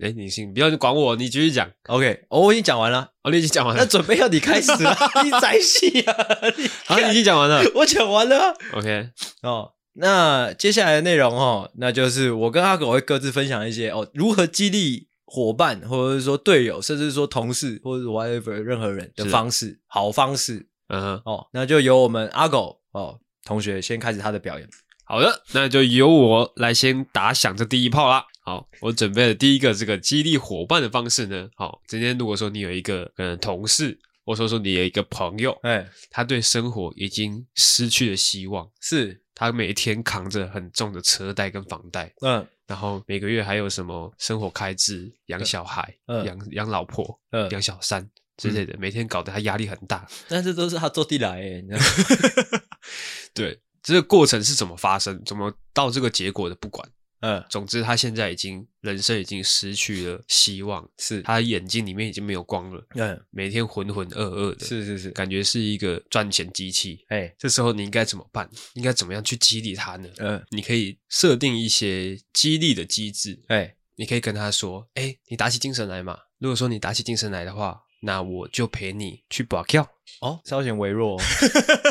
S2: 哎，你先不要管我，你继续讲。
S1: OK，哦，我已经讲完了，
S2: 哦，你已经讲完
S1: 那
S2: 了，
S1: 准备要你开始 了，你宅戏啊！你
S2: 啊，你已经讲完了。
S1: 我讲完了啊。
S2: OK，
S1: 哦，那接下来的内容哦，那就是我跟阿狗会各自分享一些哦，如何激励伙伴，或者是说队友，甚至说同事，或者是 whatever 任何人的
S2: 是
S1: 方式，好方式
S2: 嗯哼，
S1: 哦。那就由我们阿狗哦同学先开始他的表演。
S2: 好的，那就由我来先打响这第一炮啦。好，我准备了第一个这个激励伙伴的方式呢。好，今天如果说你有一个可能同事，或者说你有一个朋友，
S1: 哎，
S2: 他对生活已经失去了希望，
S1: 是，
S2: 他每天扛着很重的车贷跟房贷，
S1: 嗯
S2: 然后每个月还有什么生活开支，养小孩、
S1: 嗯
S2: 养养老婆、
S1: 嗯，
S2: 养小三之类的，每天搞得他压力很大。
S1: 但这都是他坐地来哎，你知道吗
S2: 对，这个过程是怎么发生，怎么到这个结果的不管，
S1: 嗯，
S2: 总之，他现在已经人生已经失去了希望，
S1: 是，
S2: 他眼睛里面已经没有光了，
S1: 嗯，
S2: 每天浑浑噩噩的，
S1: 是是是，
S2: 感觉是一个赚钱机器。
S1: 哎，
S2: 这时候你应该怎么办？应该怎么样去激励他呢？
S1: 嗯，
S2: 你可以设定一些激励的机制，
S1: 哎，
S2: 你可以跟他说：“哎，你打起精神来嘛！如果说你打起精神来的话，那我就陪你去保票。
S1: 哦，稍显微 弱、哦，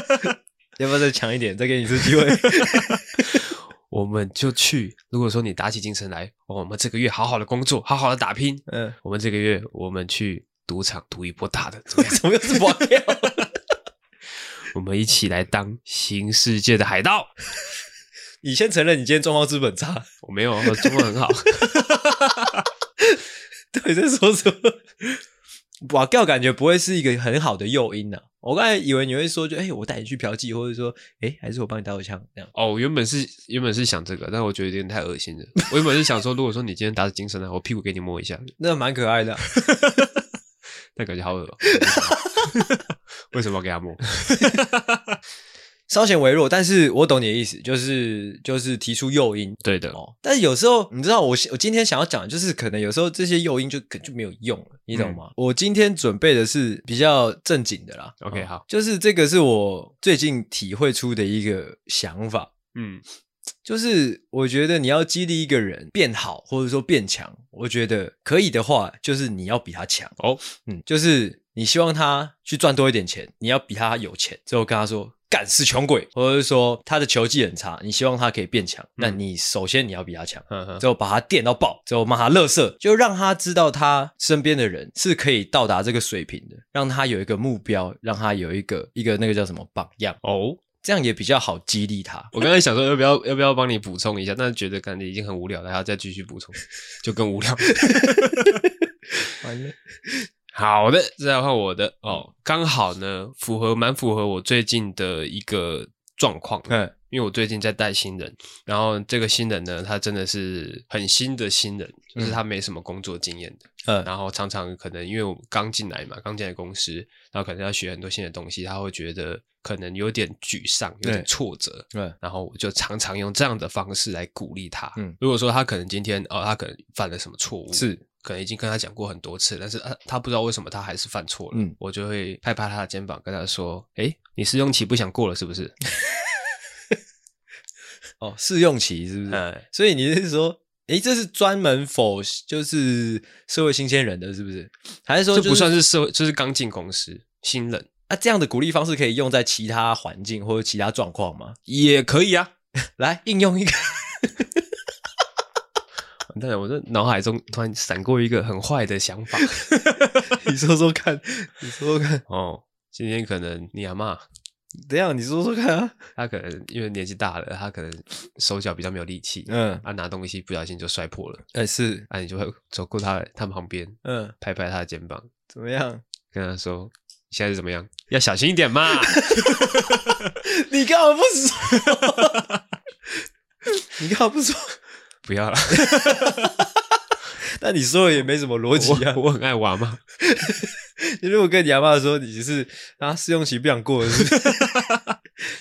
S1: 要不要再强一点，再给你一次机会？
S2: 我们就去。如果说你打起精神来，哦我们这个月好好的工作，好好的打拼。
S1: 嗯，
S2: 我们这个月我们去赌场赌一波大的，怎么样
S1: 怎么又是保镖？
S2: 我们一起来当新世界的海盗。
S1: 你先承认你今天状况资本差，
S2: 我没有，我中文很好。
S1: 到底在说什么？保镖感觉不会是一个很好的诱因呐、我刚才以为你会说，就哎、我带你去嫖妓，或者说，哎、还是我帮你打手枪这样。
S2: 哦，我原本是原本是想这个，但我觉得有点太恶心了。我原本是想说，如果说你今天打起精神来，我屁股给你摸一下，
S1: 那蛮可爱的啊、
S2: 但感觉好恶、哦。为什么要给他摸？
S1: 稍显微弱，但是我懂你的意思，就是就是提出诱因
S2: 对的，
S1: 哦。但是有时候你知道我，我今天想要讲，的就是可能有时候这些诱因就可就没有用了，你懂吗？
S2: 嗯
S1: 我今天准备的是比较正经的啦。
S2: OK，
S1: 哦
S2: 好
S1: 就是这个是我最近体会出的一个想法，
S2: 嗯，
S1: 就是我觉得你要激励一个人变好，或者说变强，我觉得可以的话，就是你要比他强。
S2: 哦，
S1: 嗯，就是你希望他去赚多一点钱，你要比他有钱，之后跟他说干是穷鬼，或者是说他的球技很差，你希望他可以变强，那你首先你要比他强。
S2: 呵呵
S1: 之后把他电到爆，之后骂他垃圾，就让他知道他身边的人是可以到达这个水平的，让他有一个目标，让他有一个一个那个叫什么榜样，
S2: 哦，
S1: 这样也比较好激励他。
S2: 我刚才想说要不要要不要帮你补充一下，但是觉得感觉已经很无聊了，还要再继续补充，就更无聊。 好的，再来换我的哦，刚好呢，符合蛮符合我最近的一个状况，
S1: 嗯
S2: 因为我最近在带新人，然后这个新人呢，他真的是很新的新人，就是他没什么工作经验的，
S1: 嗯
S2: 然后常常可能因为我刚进来嘛，刚进来公司，然后可能要学很多新的东西，他会觉得可能有点沮丧，有点
S1: 对
S2: 挫折，
S1: 嗯
S2: 然后我就常常用这样的方式来鼓励他。
S1: 嗯
S2: 如果说他可能今天哦，他可能犯了什么错误，
S1: 是
S2: 可能已经跟他讲过很多次，但是呃，他不知道为什么他还是犯错了。
S1: 嗯
S2: 我就会拍拍他的肩膀，跟他说：“哎，你试用期不想过了是不是？
S1: 哦，试用期是不是？
S2: 嗯，
S1: 所以你是说，诶，这是专门否就是社会新鲜人的，是不是？还是说、
S2: 这
S1: 就是、
S2: 不算是社会，就是刚进公司新人
S1: 啊？这样的鼓励方式可以用在其他环境或者其他状况吗？
S2: 也可以啊。
S1: 来应用一 个，
S2: 完啊蛋了，我这脑海中突然闪过一个很坏的想 法
S1: 你说说看，你说说看，
S2: 哦。今天可能你阿妈，
S1: 等一下你说说看啊。
S2: 她可能因为年纪大了，她可能手脚比较没有力气，
S1: 嗯，
S2: 啊拿东西不小心就摔破了。
S1: 哎、是，
S2: 啊，你就会走过他他旁边，
S1: 嗯，
S2: 拍拍他的肩膀，
S1: 怎么 样？
S2: 跟他说：“你现在是怎么样？要小心一点嘛。
S1: 你干嘛不说？ 你干嘛不说？”
S2: 不要了，
S1: 但你说的也没什么逻辑啊
S2: 我。我很爱玩嘛。
S1: 你 如果跟你阿妈说你是啊试用期不想过了是不 是，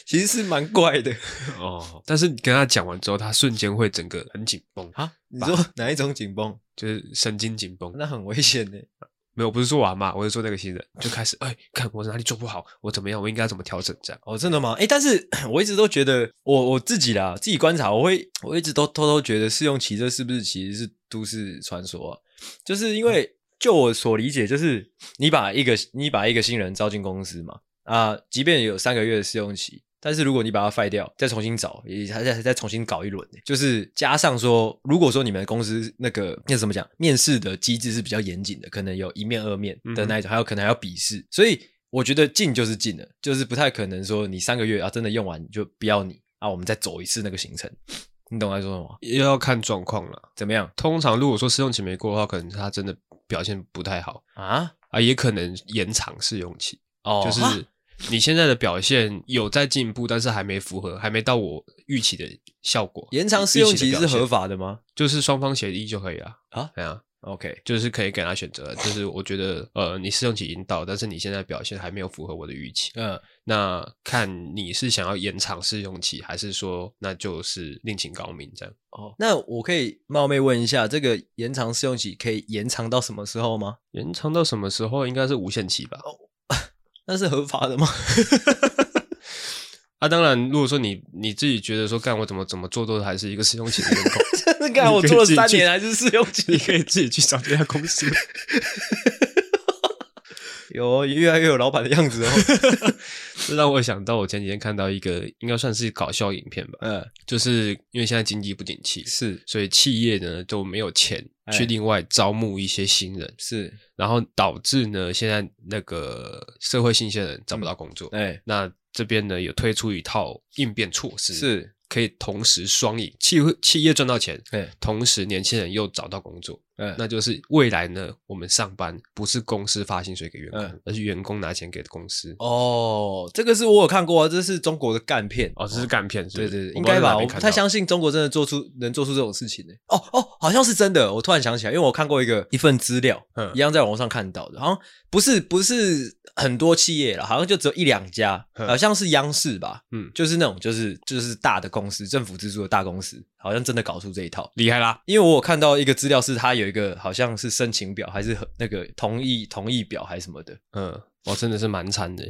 S1: 其实是蛮怪的。
S2: 哦，但是你跟他讲完之后，他瞬间会整个很紧绷，
S1: 啊，你说哪一种紧绷？
S2: 就是神经紧绷。
S1: 那很危险呢。
S2: 没有，不是说玩嘛，我是说那个新人就开始，哎，看我哪里做不好，我怎么样，我应该怎么调整这样。
S1: 哦，真的吗？哎，但是 我一直都觉得，我我自己啦，自己观察，我会我一直都偷偷觉得试用期这是不是其实是都市传说啊？就是因为就我所理解，就是你把一个你把一个新人招进公司嘛，啊、即便有三个月的试用期。但是如果你把它废掉，再重新找，也还再再重新搞一轮，欸就是加上说，如果说你们公司那个那怎么讲，面试的机制是比较严谨的，可能有一面、二面的
S2: 嗯哼
S1: 那一种，还有可能还要笔试，所以我觉得进就是进了，就是不太可能说你三个月啊真的用完就不要你啊，我们再走一次那个行程，你懂我在说什么吗？
S2: 也要看状况啦。
S1: 怎么样
S2: 通常如果说试用期没过的话，可能他真的表现不太好
S1: 啊？
S2: 啊，也可能延长试用期。
S1: 哦，
S2: 就
S1: 啊
S2: 是你现在的表现有在进步，但是还没符合，还没到我预期的效果。
S1: 延长试用
S2: 预
S1: 期
S2: 的
S1: 是
S2: 表现
S1: 合，法的吗？
S2: 就是双方协议就可以了
S1: 啊
S2: 对啊，
S1: OK，
S2: 就是可以给他选择，就是我觉得呃，你试用期已经到，但是你现在表现还没有符合我的预期，
S1: 嗯，
S2: 那看你是想要延长试用期，还是说那就是另请高明这样？
S1: 哦，那我可以冒昧问一下，这个延长试用期可以延长到什么时候吗？
S2: 延长到什么时候？应该是无限期吧？
S1: 哦那是合法的吗？
S2: 啊，当然，如果说你你自己觉得说，干我怎么怎么做都还是一个试用期的员工，
S1: 那看我做了三年还是试用期，
S2: 你可以自己去找这家公司。
S1: 有哦越来越有老板的样 子哦。
S2: 这让我想到，我前几天看到一个应该算是搞笑影片吧，
S1: 嗯，
S2: 就是因为现在经济不景气，
S1: 是
S2: 所以企业呢都没有钱
S1: 哎
S2: 去另外招募一些新人，
S1: 是，
S2: 然后导致呢现在那个社会新鲜人找不到工作。
S1: 哎，
S2: 那这边呢有推出一套应变措施，
S1: 是，
S2: 可以同时双赢，企会企业赚到钱，
S1: 哎，
S2: 同时年轻人又找到工作。
S1: 嗯，
S2: 那就是未来呢，我们上班不是公司发薪水给员工，
S1: 嗯
S2: 而是员工拿钱给公司。
S1: 哦，这个是我有看过啊，这是中国的干片
S2: 哦，这是干片是不
S1: 对
S2: 是？
S1: 对对，
S2: 我
S1: 应
S2: 不
S1: 该
S2: 知道在哪
S1: 吧？
S2: 边
S1: 我
S2: 看
S1: 不太
S2: 到
S1: 相信中国真的做出能做出这种事情呢、哦哦，好像是真的。我突然想起来，因为我看过一 个一份资料，
S2: 嗯
S1: 一样在网上看到的，好像不是不是很多企业了，好像就只有一两家，
S2: 嗯
S1: 好像是央视吧，
S2: 嗯
S1: 就是那种就是就是大的公司，政府资助的大公司，好像真的搞出这一套。
S2: 厉害啦，
S1: 因为我有看到一个资料，是它有一个好像是申请表，还是和那个同意同意表，还是什么的，
S2: 嗯，我真的是蛮惨的，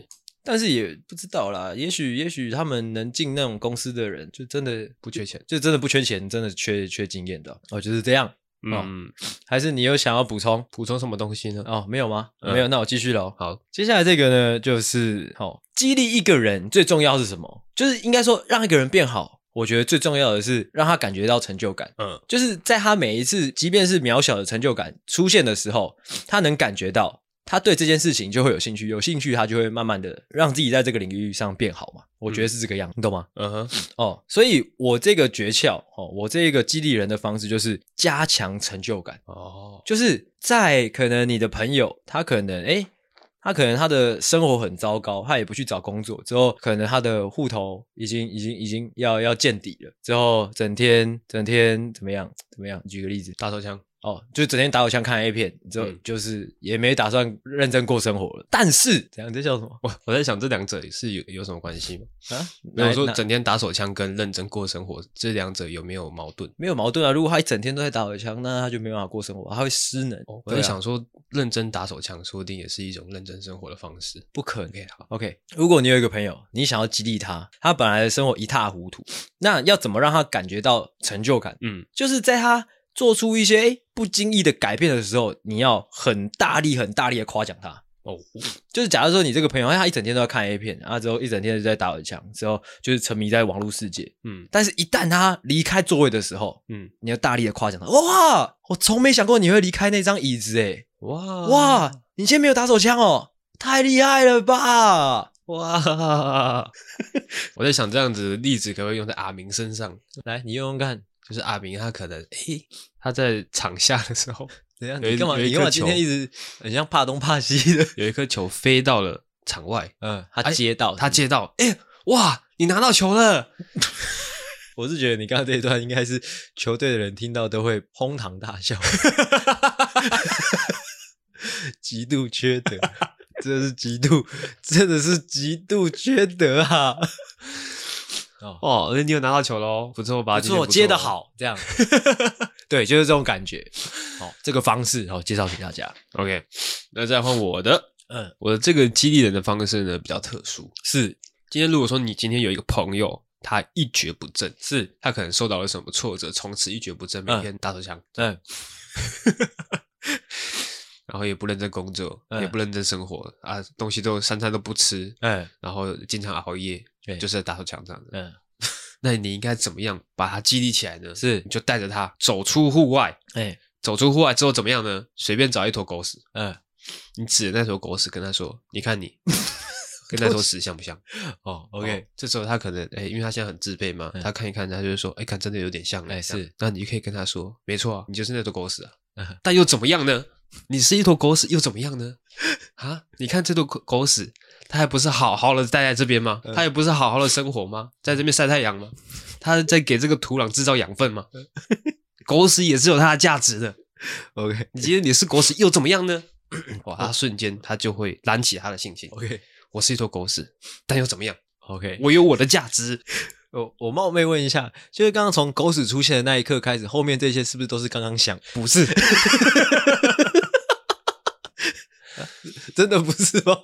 S1: 但是也不知道啦，也许也许他们能进那种公司的人，就真的
S2: 不缺钱，
S1: 就真的不缺钱，真的缺缺经验的哦，就是这样。
S2: 嗯，
S1: 还是你有想要补充
S2: 补充什么东西呢？
S1: 哦？没有吗？
S2: 嗯
S1: 没有，那我继续喽。
S2: 好，
S1: 接下来这个呢，就是哦，激励一个人最重要是什么？就是应该说让一个人变好，我觉得最重要的是让他感觉到成就感。
S2: 嗯
S1: 就是在他每一次，即便是渺小的成就感出现的时候，他能感觉到，他对这件事情就会有兴趣，有兴趣他就会慢慢的让自己在这个领域上变好嘛。我觉得是这个样，你懂吗？
S2: 嗯哼，
S1: 哦，所以我这个诀窍哦，我这个激励人的方式就是加强成就感，
S2: 哦，
S1: 就是在可能你的朋友他可能诶。他可能他的生活很糟糕，他也不去找工作，之后可能他的户头已经已经已经要要见底了，之后整天整天怎么样怎么样？举个例子，
S2: 打手枪，
S1: 哦，就整天打手枪看 A 片，之后
S2: 嗯
S1: 就是也没打算认真过生活了。但是怎样？这叫什么
S2: 我我在想这两者是有有什么关系吗？
S1: 啊？
S2: 哦没有
S1: 哪
S2: 说
S1: 哪
S2: 整天打手枪跟认真过生活这两者有没有矛盾？
S1: 没有矛盾啊。如果他一整天都在打手枪，那他就没办法过生活，他会失能。
S2: 我
S1: 对
S2: 在
S1: 啊
S2: 想说，认真打手枪说不定也是一种认真生活的方式。
S1: 不可能。
S2: OK，好，
S1: OK，如果你有一个朋友，你想要激励他，他本来的生活一塌糊涂，那要怎么让他感觉到成就感？
S2: 嗯，
S1: 就是在他做出一些诶不经意的改变的时候，你要很大力、很大力的夸奖他。
S2: 哦，
S1: 就是假如说你这个朋友，他一整天都在看 A 片，然后之后一整天就在打手枪，之后就是沉迷在网络世界。
S2: 嗯
S1: 但是，一旦他离开座位的时候，
S2: 嗯，
S1: 你要大力的夸奖他。哇，我从没想过你会离开那张椅子，诶
S2: 哇
S1: 哇，你今天没有打手枪哦，太厉害了吧！
S2: 哇！我在想这样子的例子可不可以用在阿明身上？
S1: 来，你用用看。
S2: 就是阿明他可能，诶、他在场下的时候，
S1: 怎样？
S2: 有一
S1: 你干嘛？
S2: 有一
S1: 你干嘛
S2: 颗
S1: 今
S2: 球
S1: 天一直很像怕东怕西的？
S2: 有一颗球飞到了场外，
S1: 嗯，他
S2: 哎
S1: 接到
S2: 他，接到，诶、哇，你拿到球了！
S1: 我是觉得你刚刚这一段应该是球队的人听到都会哄堂大 笑，极度缺德，真的是极度，真的是极度缺德啊！哦，
S2: 哦，你有拿到球喽，不错吧？
S1: 不
S2: 今天
S1: 错，哦
S2: 不
S1: 接的，好， 这样，对，就是这种感觉。哦，这个方式哦，介绍给大家。
S2: OK，那再换我的，
S1: 嗯，
S2: 我的这个激励人的方式呢比较特殊。
S1: 是
S2: 今天如果说你今天有一个朋友，他一蹶不振，是他可能受到了什么挫折，从此一蹶不振，每
S1: 嗯
S2: 天打手枪，
S1: 嗯，
S2: 然后也不认真工作，
S1: 嗯
S2: 也不认真生活啊，东西都三餐都不吃，
S1: 嗯
S2: 然后经常熬夜，
S1: 对
S2: 就是在打手枪这样的。
S1: 嗯，
S2: 那你应该怎么样把他激励起来呢？
S1: 是
S2: 你就带着他走出户外，
S1: 哎
S2: 走出户外之后怎么样呢？随便找一坨狗屎，
S1: 嗯，
S2: 你指着那坨狗屎跟他说：“你 看你跟那坨屎像不像
S1: 哦
S2: 哦这时候他可能哎、因为他现在很自卑嘛，
S1: 嗯
S2: 他看一看，他就会说：“哎、看真的有点像了。
S1: 哎
S2: 这样
S1: 是，
S2: 那你就可以跟他说：“没错啊，你就是那坨狗屎啊。
S1: 嗯
S2: 但又怎么样呢？你是一坨狗屎又怎么样呢？ 啊，你看这坨狗狗屎，它还不是好好的待在这边吗？
S1: 嗯
S2: 它也不是好好的生活吗？在这边晒太阳
S1: 嗯
S2: 吗？它在给这个土壤制造养分吗？狗屎也是有它的价值的。 OK，你今天你是狗屎又怎么样呢？哇， 他瞬间他就会燃起他的信心。
S1: OK
S2: 我是一坨狗屎，但又怎么样？
S1: OK，
S2: 我有我的价值。
S1: 我我冒昧问一下，就是刚刚从狗屎出现的那一刻开始，后面这些是不是都是刚刚想？不是， 真的不是吗？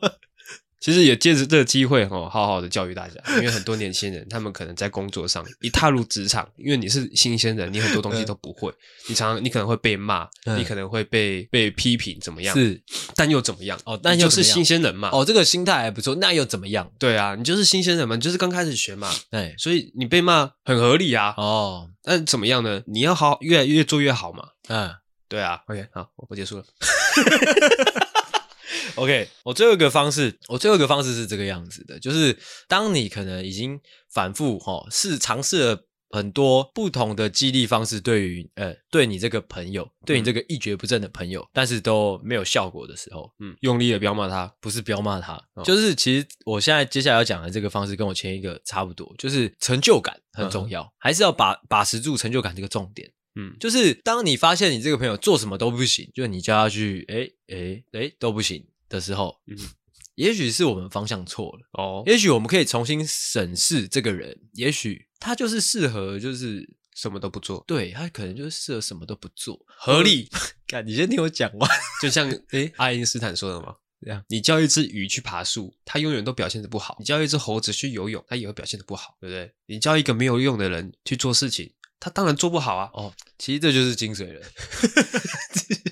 S2: 其实也借着这个机会哈、好好的教育大家，因为很多年轻人他们可能在工作上一踏入职场，因为你是新鲜人，你很多东西都不会，你常常你可能会被骂，
S1: 嗯
S2: 你可能会被被批评怎么样？，
S1: 是
S2: 但又怎么样？
S1: 哦但
S2: 你
S1: 又
S2: 就
S1: 怎么
S2: 是
S1: 样
S2: 新鲜人嘛。
S1: 哦，这个心态还不错，那又怎么样？
S2: 对啊，你就是新鲜人嘛，你就是刚开始学嘛，
S1: 哎，
S2: 所以你被骂很合理啊。
S1: 哦，
S2: 但怎么样呢？你要好，越来越做越好嘛。
S1: 嗯，
S2: 对啊，OK，好，我我结 束了。
S1: OK，我最后一个方式，我最后一个方式是这个样子的，就是当你可能已经反复哈、哦、试尝试了很多不同的激励方式，对于呃对你这个朋友，对你这个一蹶不振的朋友，但是都没有效果的时候，
S2: 嗯，用力的不要骂他。
S1: 不是不要骂他，
S2: 哦
S1: 就是其实我现在接下来要讲的这个方式跟我前一个差不多，就是成就感很重要，还是要把把持住成就感这个重点。
S2: 嗯，
S1: 就是当你发现你这个朋友做什么都不行，就是你叫他去，哎哎哎都不行的时候，
S2: 嗯
S1: 也许是我们方向错了，
S2: 哦，
S1: 也许我们可以重新审视这个人，也许他就是适合，就是
S2: 什么都不做，
S1: 对他可能就是适合什么都不做，
S2: 合理。
S1: 看，你先听我 讲完。
S2: 就像 诶，爱因斯坦说的嘛，
S1: 这样
S2: 你叫一只鱼去爬树，它永远都表现的不好；你叫一只猴子去游泳，它也会表现的不好，对不对？你叫一个没有用的人去做事情，他当然做不好啊。
S1: 哦，其实这就是精髓了。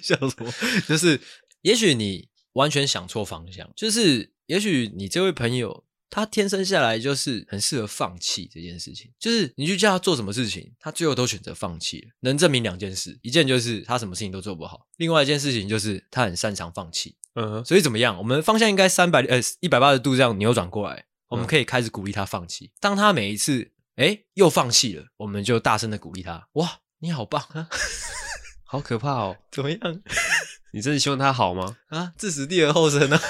S1: 笑什么？就是也许你完全想错方向，就是也许你这位朋友他天生下来就是很适合放弃这件事情。就是你去叫他做什么事情，他最后都选择放弃了。能证明两件事，一件就是他什么事情都做不好，另外一件事情就是他很擅长放弃。
S2: 嗯，
S1: 所以怎么样？我们方向应该三百呃一百八十度这样扭转过来，我们
S2: 嗯
S1: 可以开始鼓励他放弃。当他每一次哎又放弃了，我们就大声的鼓励他：哇，你好棒啊！
S2: 好可怕哦！
S1: 怎么样
S2: 你真的希望他好吗？
S1: 啊？置死地而后生啊！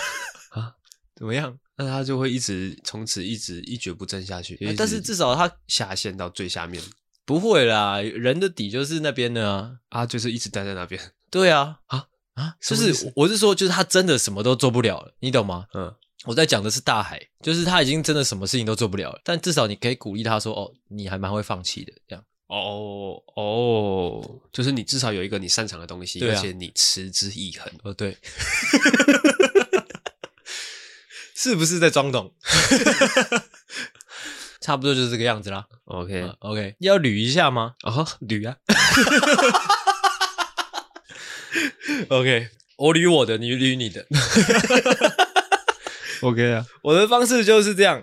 S2: 啊，
S1: 怎么样？
S2: 那他就会一直从此一直一蹶不振下去，
S1: 哎但是至少他
S2: 下陷到最下面
S1: 不会啦，人的底就是那边的啊。
S2: 啊，就是一直待在那边。
S1: 对啊，
S2: 啊
S1: 啊，
S2: 什
S1: 就
S2: 么意思
S1: 是我是说，就是他真的什么都做不了了，你懂吗？
S2: 嗯，
S1: 我在讲的是大海，就是他已经真的什么事情都做不了了，但至少你可以鼓励他说：“哦，你还蛮会放弃的。”这样。
S2: 哦哦，就是你至少有一个你擅长的东西，
S1: 对啊
S2: 而且你持之以恒。啊
S1: 哦，对， 是不是在装 懂？ 差不多就是这个样子啦。
S2: OK，
S1: 嗯 OK，要捋一下吗
S2: 啊哈，捋啊，
S1: ？OK，我捋我的，你捋你的。
S2: OK 啊，
S1: 我的方式就是这样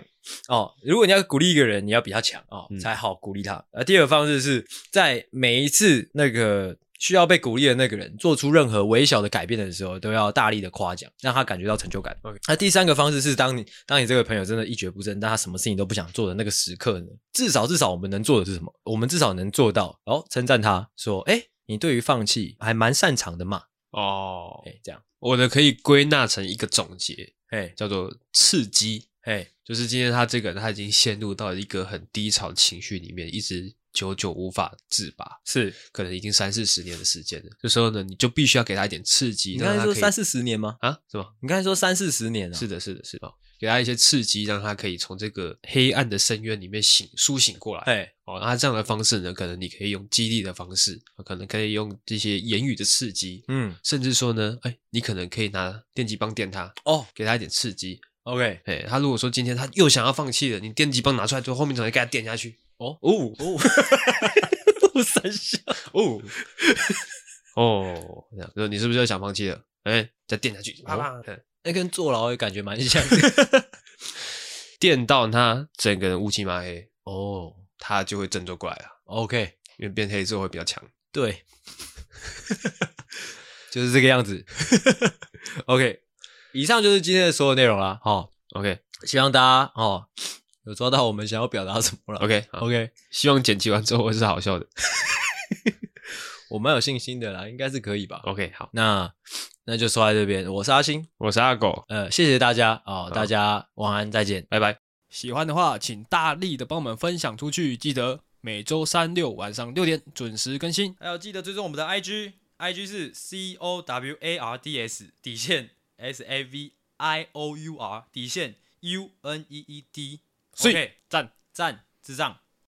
S1: 哦。如果你要鼓励一个人，你要比他强哦，
S2: 嗯
S1: 才好鼓励他。而第二个方式是在每一次那个需要被鼓励的那个人做出任何微小的改变的时候，都要大力的夸奖，让他感觉到成就感。那
S2: OK
S1: 第三个方式是，当你当你这个朋友真的一蹶不振，但他什么事情都不想做的那个时刻呢？至少至少我们能做的是什么？我们至少能做到，然后称赞他说：“哎，你对于放弃还蛮擅长的嘛。
S2: 哦”，
S1: 哎，这样，
S2: 我的可以归纳成一个总结，
S1: 哎
S2: 叫做刺激。
S1: 哎，
S2: 就是今天他这个人，他已经陷入到一个很低潮情绪里面，一直久久无法自拔，
S1: 是
S2: 可能已经三四十年的时间了。这时候呢，你就必须要给他一点刺激，
S1: 你刚才
S2: 让
S1: 说
S2: 他可
S1: 三
S2: 以
S1: 四十年吗？
S2: 啊，是吗？
S1: 你刚才说三四十年啊？
S2: 是的，是的，是的，哦给他一些刺激，让他可以从这个黑暗的深渊里面醒苏醒过来。
S1: 哎，
S2: 哦，那这样的方式呢，可能你可以用激励的方式，哦可能可以用这些言语的刺激，
S1: 嗯，
S2: 甚至说呢，哎，你可能可以拿电击棒电他，
S1: 哦
S2: 给他一点刺激。
S1: ，OK，
S2: 哎，他如果说今天他又想要放弃了，你电击棒拿出来之后，后面总会给他电下去。
S1: 哦
S2: 哦
S1: 哦，三笑哦，
S2: 哦，这样，说你是不是又想放弃了？哎，再电下去，啪啪，哎
S1: 那跟坐牢也感觉蛮像 的。
S2: 电到他整个人乌漆麻黑，
S1: 哦
S2: 他就会振作过来了，
S1: ，OK，
S2: 因为变黑之后会比较强。
S1: 对，就是这个样子。OK，以上就是今天的所有内容啦。哦，
S2: OK
S1: 希望大家哦有抓到我们想要表达什 么了。
S2: OK，好，
S1: OK，
S2: 希望剪辑完之后会是好笑的。
S1: 我蛮有信心的啦，应该是可以吧。
S2: OK，好，
S1: 那那就说在这边，我是阿星，
S2: 我是阿狗，
S1: 呃，谢谢大家哦，大家晚安，再见。
S2: 拜拜。
S3: 喜欢的话，请大力的帮我们分享出去。记得每周三六晚上六点准时更新，
S1: 还有记得追踪我们的 IG。 ，IG 是 C O W A R D S 底线 S A V I O U R 底线 U N E E D，
S2: 所以
S1: OK，赞赞智障。